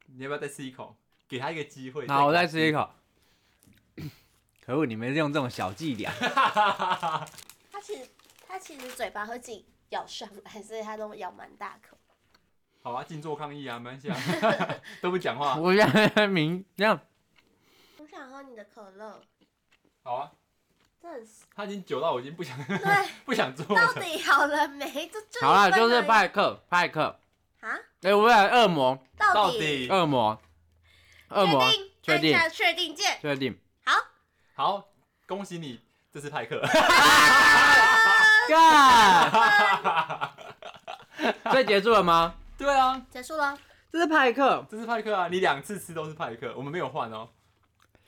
S2: 你要不要再吃一口？给他一个机会。
S1: 好，我
S2: 再
S1: 再吃一口。可恶，你们用这种小伎俩，
S3: 他其实他其实嘴巴会自己咬上来，所以他都咬蛮大口。
S2: 好啊，静坐抗议啊，没关系啊， 都不讲话。啊
S1: 我现在明这样
S3: 我想喝你的可乐，
S2: 好啊，
S3: 真是
S2: 他已经久到我已经不想
S3: 对，
S2: 不想做
S3: 到
S2: 了。
S3: 底好了没？这 这
S1: 好了，
S3: 一分
S1: 就是
S3: 而已
S1: 派克，派克。
S3: 啊，
S1: 哎、我来恶魔，
S2: 到
S3: 到
S2: 底
S1: 恶魔，恶魔，确
S3: 确定，
S1: 定
S3: 按下确定键。
S1: 确定。
S2: 好，恭喜你，这是派克。
S1: 干！ 所以结束了吗？
S2: 对啊，
S3: 结束了，
S1: 这是派克，
S2: 这是派克啊！你两次吃都是派克，我们没有换哦。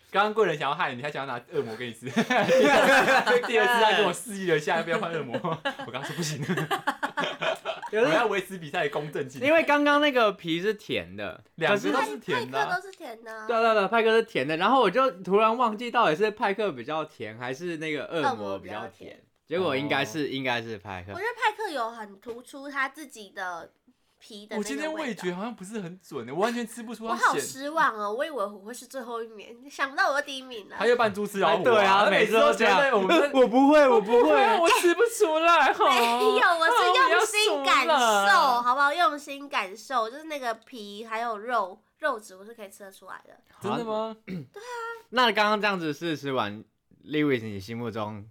S2: 刚刚贵人想要害你，他想要拿恶魔给你吃， 第二次他跟我示意了一下，要不要换恶魔？我刚刚说不行，我们要维持比赛的公正性。
S1: 因为刚刚那个皮是甜的，
S2: 两个
S1: 可是
S2: 都
S3: 派
S2: 是甜的啊
S3: 派克都是甜的啊。
S1: 对对对，派克是甜的，然后我就突然忘记到底是派克比较甜，还是那个恶魔比较
S3: 恶魔比较
S1: 甜
S3: 甜。
S1: 结果应该是应该是派克
S3: 我觉，得派克有很突出他自己的皮的
S2: 我
S3: 那
S2: 今
S3: 个
S2: 天味
S3: 味道。
S2: 觉好像不是很准，欸我完全吃不出
S3: 我
S2: 他
S3: 好
S2: 咸。
S3: 失望哦，我以为我会是最后一名，想不到我第一名了
S2: 他。又扮猪吃老
S1: 哎
S2: 虎、
S1: 对啊，
S2: 他
S1: 每
S2: 每
S1: 次都
S2: 觉
S1: 这样
S2: 得。我们
S1: 我不会，我不
S2: 对啊
S1: 会，
S2: 我吃不出来哈。
S3: 没 有，我
S2: 哦
S3: 是用心感
S2: 我要输
S3: 受，
S2: 了
S3: 好不好？用心感受，就是那个皮还有肉肉质，我是可以吃得出来 的。
S2: 真的吗？
S1: 那刚刚这样子试吃完，Lewis，你心目中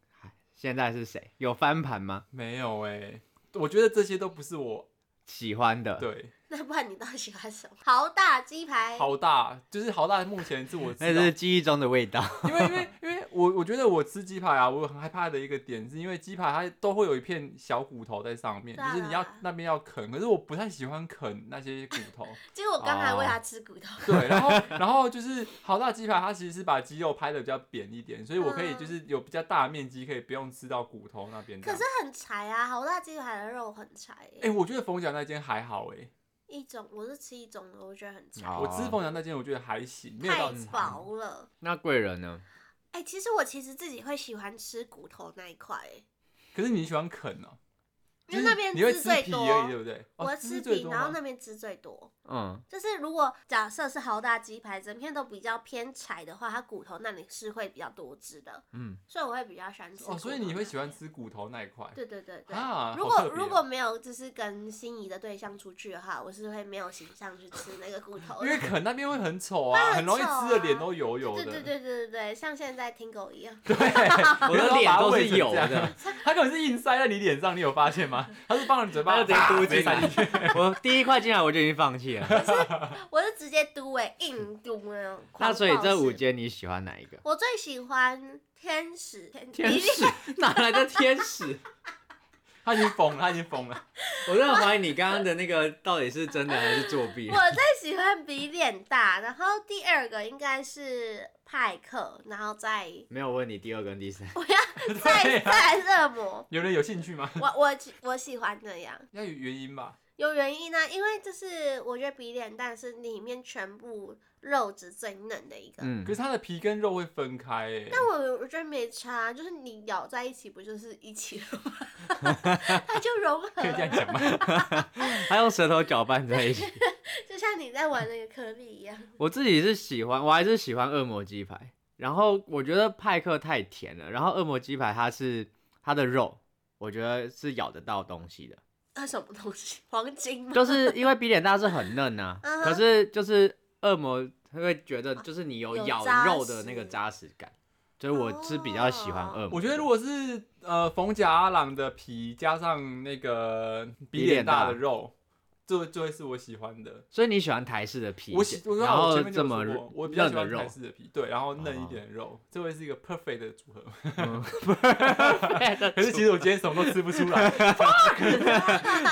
S1: 现在是谁？有翻盘吗？
S2: 没有哎、我觉得这些都不是我
S1: 喜欢的，
S2: 对。
S3: 那不然你到底喜欢什么？豪大鸡排，
S2: 豪大就是豪大，目前是我知
S1: 那
S2: 道
S1: 是记忆中的味道。
S2: 因为因为因为我我觉得我吃鸡排啊，我很害怕的一个点是因为鸡排它都会有一片小骨头在上面，
S3: 对啊
S2: 就是你要那边要啃，可是我不太喜欢啃那些骨头。
S3: 结果我刚才喂他吃骨头，
S2: 对， 然后然后就是好大鸡排，它其实是把鸡肉拍的比较扁一点，所以我可以
S3: 嗯
S2: 就是有比较大的面积，可以不用吃到骨头那边这
S3: 可
S2: 样。
S3: 是很柴啊，豪大鸡排的肉很柴耶、
S2: 哎、我觉得冯甲那间还好哎、
S3: 一种我是吃一种的，我觉得很柴，
S1: 哦
S2: 我吃冯甲那间我觉得还行，没有
S3: 太
S2: 到差
S3: 薄了。
S1: 那贵人呢？
S3: 哎、其实我其实自己会喜欢吃骨头那一块、哎
S2: 可是你喜欢啃哦、
S3: 因为
S2: 就是
S3: 那边
S2: 你会
S3: 汁
S2: 吃
S3: 最
S2: 皮
S3: 多
S2: 而已，对不对？哦
S3: 我
S2: 汁是
S3: 吃
S2: 最
S3: 皮，
S2: 多
S3: 然后
S2: 吗
S3: 那边汁最多。
S1: 嗯，
S3: 就是如果假设是豪大鸡排，整片都比较偏柴的话，它骨头那里是会比较多汁的，
S1: 嗯，
S3: 所以我会比较喜欢吃。
S2: 哦，所以你会喜欢？吃骨头那一块。
S3: 对对对对。
S2: 啊，
S3: 如
S2: 好
S3: 果
S2: 特别
S3: 如
S2: 哦
S3: 果没有就是跟心仪的对象出去的话，我是会没有形象去吃那个骨头
S2: 因
S3: 的。
S2: 为啃那边会很丑啊，
S3: 会
S2: 很
S3: 很
S2: 容易
S3: 丑啊
S2: 吃的脸都油油
S3: 对
S2: 的。
S3: 对对对对对，像现在听狗一样。
S1: 我的脸都是油
S2: 有时候把它喂成这样
S1: 的，
S2: 他根本是硬塞在你脸上，你有发现吗？他是帮你嘴
S1: 他
S2: 巴，
S1: 就直接嘟进
S2: 啊没塞去。
S1: 来。 我第一块进来我就已经放弃了。
S3: 我是直接嘟哎、硬嘟那种。
S1: 那所以
S3: 狂暴
S1: 这五
S3: 式，
S1: 间你喜欢哪一个？
S3: 我最喜欢天使，天
S1: 天
S3: 一定
S1: 使哪来的天使？
S2: 他已经疯了，他已经疯了。
S1: 我真的怀疑你刚刚的那个到底是真的还是作弊
S3: 我。最喜欢比脸大，然后第二个应该是派克，然后再
S1: 没有问你第二跟第三，
S3: 再
S2: 对啊，
S3: 再恶魔。
S2: 有人有兴趣吗？
S3: 我我我喜欢这样，
S2: 要有原因吧。
S3: 有原因呢、啊因为就是我觉得比脸蛋是里面全部肉质最嫩的一个。
S1: 嗯
S2: 可，是它的皮跟肉会分开欸诶。
S3: 但我我觉得没差，就是你咬在一起，不就是一起了 吗？它就融合
S2: 可以这样
S3: 了，
S2: 讲吗？
S1: 他用舌头搅拌在一起。
S3: 就像你在玩那个颗粒一样。
S1: 我自己是喜欢，我还是喜欢恶魔鸡排，然后我觉得派克太甜了，然后恶魔鸡排它是它的肉，我觉得是咬得到东西的，
S3: 那什么东西？黄金吗？，
S1: 就是因为比脸大是很嫩啊
S3: 嗯哼啊
S1: 可是就是恶魔他会觉得就是你有
S3: 有
S1: 咬
S3: 扎
S1: 肉的那
S3: 实哦
S1: 个扎实感，所以我是比较喜欢恶魔的。
S2: 我觉得如果是呃冯甲阿朗的皮加上那个比脸大的肉，这就会是我喜欢的。
S1: 所以你喜欢台式的皮一
S2: 我喜
S1: 点，，
S2: 我
S1: 然
S2: 我
S1: 后
S2: 前面就
S1: 这
S2: 有
S1: 么
S2: 说过我比较
S1: 嫩
S2: 喜
S1: 的
S2: 欢
S1: 肉
S2: 台，式的皮，对，然后嫩一点的肉，这会是一个 perfect 的组合。
S1: 嗯
S2: 可是其实我今天什么都吃不出 来，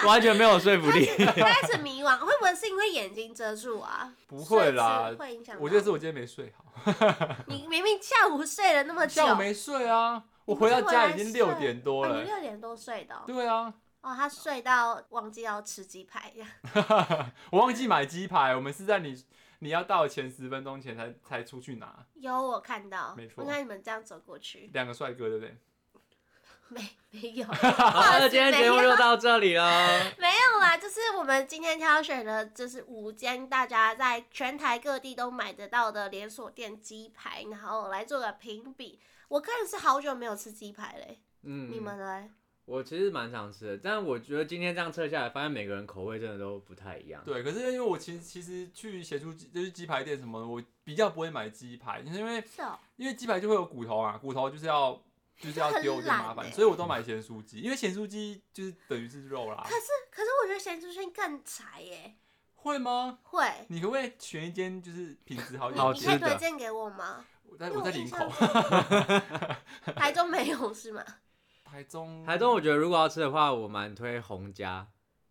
S1: 完全没有说服力。
S2: 啊
S3: 开始迷惘，会不会是因为眼睛遮住啊？
S2: 不会啦
S3: 所以是，会影啊响到。
S2: 我觉得是我今天没睡好。
S3: 你明明下午睡了那么久，
S2: 下午没睡啊，我回到家已经六点多
S3: 哦
S2: 了
S3: 你。六点多睡的哦。
S2: 对啊，
S3: 哦，他睡到忘记要吃鸡排，
S2: 我忘记买鸡排，我们是在你你要到前十分钟前才才出去拿。
S3: 有我看到，
S2: 没错
S3: 我看你们这样走过去，
S2: 两个帅哥，对不对？
S3: 没没有，
S1: 好
S3: 好
S1: 了，今天节目就到这里了。
S3: 没有啦，就是我们今天挑选的，就是五间大家在全台各地都买得到的连锁店鸡排，然后来做个评比。我个人是好久没有吃鸡排嘞，
S1: 嗯，
S3: 你们呢？
S1: 我其实蛮常吃的，但我觉得今天这样测下来，发现每个人口味真的都不太一样。
S2: 对，可是因为我其实其实去写出就是鸡排店什么的，我比较不会买鸡排，因为
S3: 是哦，
S2: 因为鸡排就会有骨头啊，骨头就是要就是要丢就麻
S3: 很懒欸
S2: 烦，所以我都买咸酥鸡，因为咸酥鸡就是等于是肉啦
S3: 可。是可是我觉得咸猪圈更柴耶，
S2: 会吗？
S3: 会。
S2: 你可不可以选一间就是品质好
S3: 你
S2: 一点
S1: 好
S2: 的
S3: 你可以
S1: 吃的
S3: 推荐给我吗？
S2: 我在
S3: 因为
S2: 我在
S3: 印
S2: 林
S3: 象
S2: 口，
S3: 中 台中没有是吗？
S2: 台中，
S1: 台中我觉得如果要吃的话，我蛮推洪家，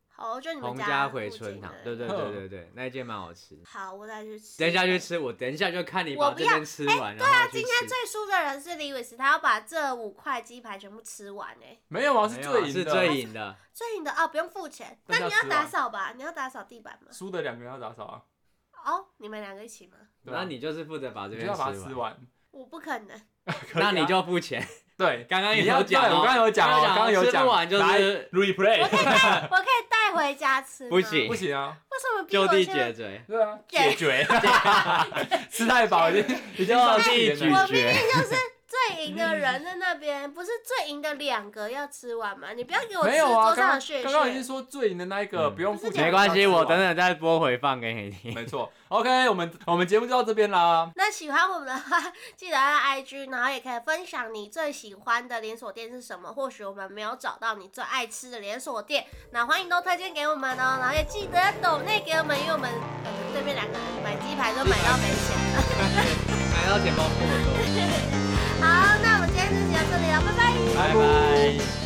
S3: 好，就你们
S1: 洪
S3: 家
S1: 家
S3: 附
S1: 回
S3: 近
S1: 春堂
S3: 的，
S1: 对 对对对对，那一间蛮好吃。
S3: 好，我再去吃。
S1: 等一下去。吃，我等一下就看你把
S3: 我不
S1: 这
S3: 要哎啊
S1: 边吃完，然后去
S3: 今
S1: 吃。
S3: 天最输的人是李伟斯，他要把这五块鸡排全部吃完哎。
S2: 没有啊，
S1: 没
S2: 是
S1: 有
S2: 最
S1: 啊
S2: 赢
S1: 是
S2: 的，
S1: 最赢的，
S3: 最赢的哦，不用付钱。那
S2: 但
S3: 你
S2: 要
S3: 要
S2: 吃
S3: 打
S2: 完
S3: 扫吧？你要打扫地板吗？
S2: 输的两个人要打扫啊，
S3: 哦，你们两个一起吗？
S2: 对啊
S1: 那你就是负责把这
S2: 你
S1: 边
S2: 就要把它
S1: 吃
S2: 吃
S1: 完，
S2: 完。
S3: 我不可能。
S2: 可以
S1: 那
S2: 啊
S1: 你就付 钱。
S2: 对，
S1: 刚刚
S2: 你
S1: 也
S2: 要
S1: 有讲
S2: 对
S1: 哦，
S2: 我刚刚有讲哦，刚
S1: 刚
S2: 刚有
S1: 吃
S2: 讲，
S1: 不完就
S2: 来
S1: 是
S3: 我
S2: replay，
S3: 可以带，我可以带回家吃吗。
S1: 不行
S2: 不行啊，
S3: 为什么逼
S1: 就
S3: 我
S1: 地
S3: 现在
S1: 解 决，
S2: 对啊，
S3: 解
S2: 解决，吃太饱已经已经上
S1: 就
S2: 瘾
S1: 地拒
S2: 了，
S3: 我明
S1: 绝
S3: 明就是最赢的人在那边，不是最赢的两个要吃完吗？你不要给 我
S2: 没
S3: 吃
S2: 有啊，
S3: 桌
S2: 刚
S3: 上
S2: 刚
S3: 的血
S2: 刚刚已经
S3: 血。
S2: 说最赢的那一个
S1: 嗯
S2: 不用付
S3: 不是这
S2: 钱，
S1: 没
S3: 样
S1: 关系，我等
S2: 的。
S1: 等再播回放给你 听。
S2: 没错，OK，我们我们节目就到这边啦。
S3: 那喜欢我们的话，记得按 IG，然后也可以分享你最喜欢的连锁店是什么。或许我们没有找到你最爱吃的连锁店，那欢迎都推荐给我们哦。然后也记得抖内给我们，因为我们呃对面两个人买鸡排都买到没钱了。
S1: 买到钱包付我
S3: 好，那我们今天就讲到这里了，拜拜。
S1: 拜拜。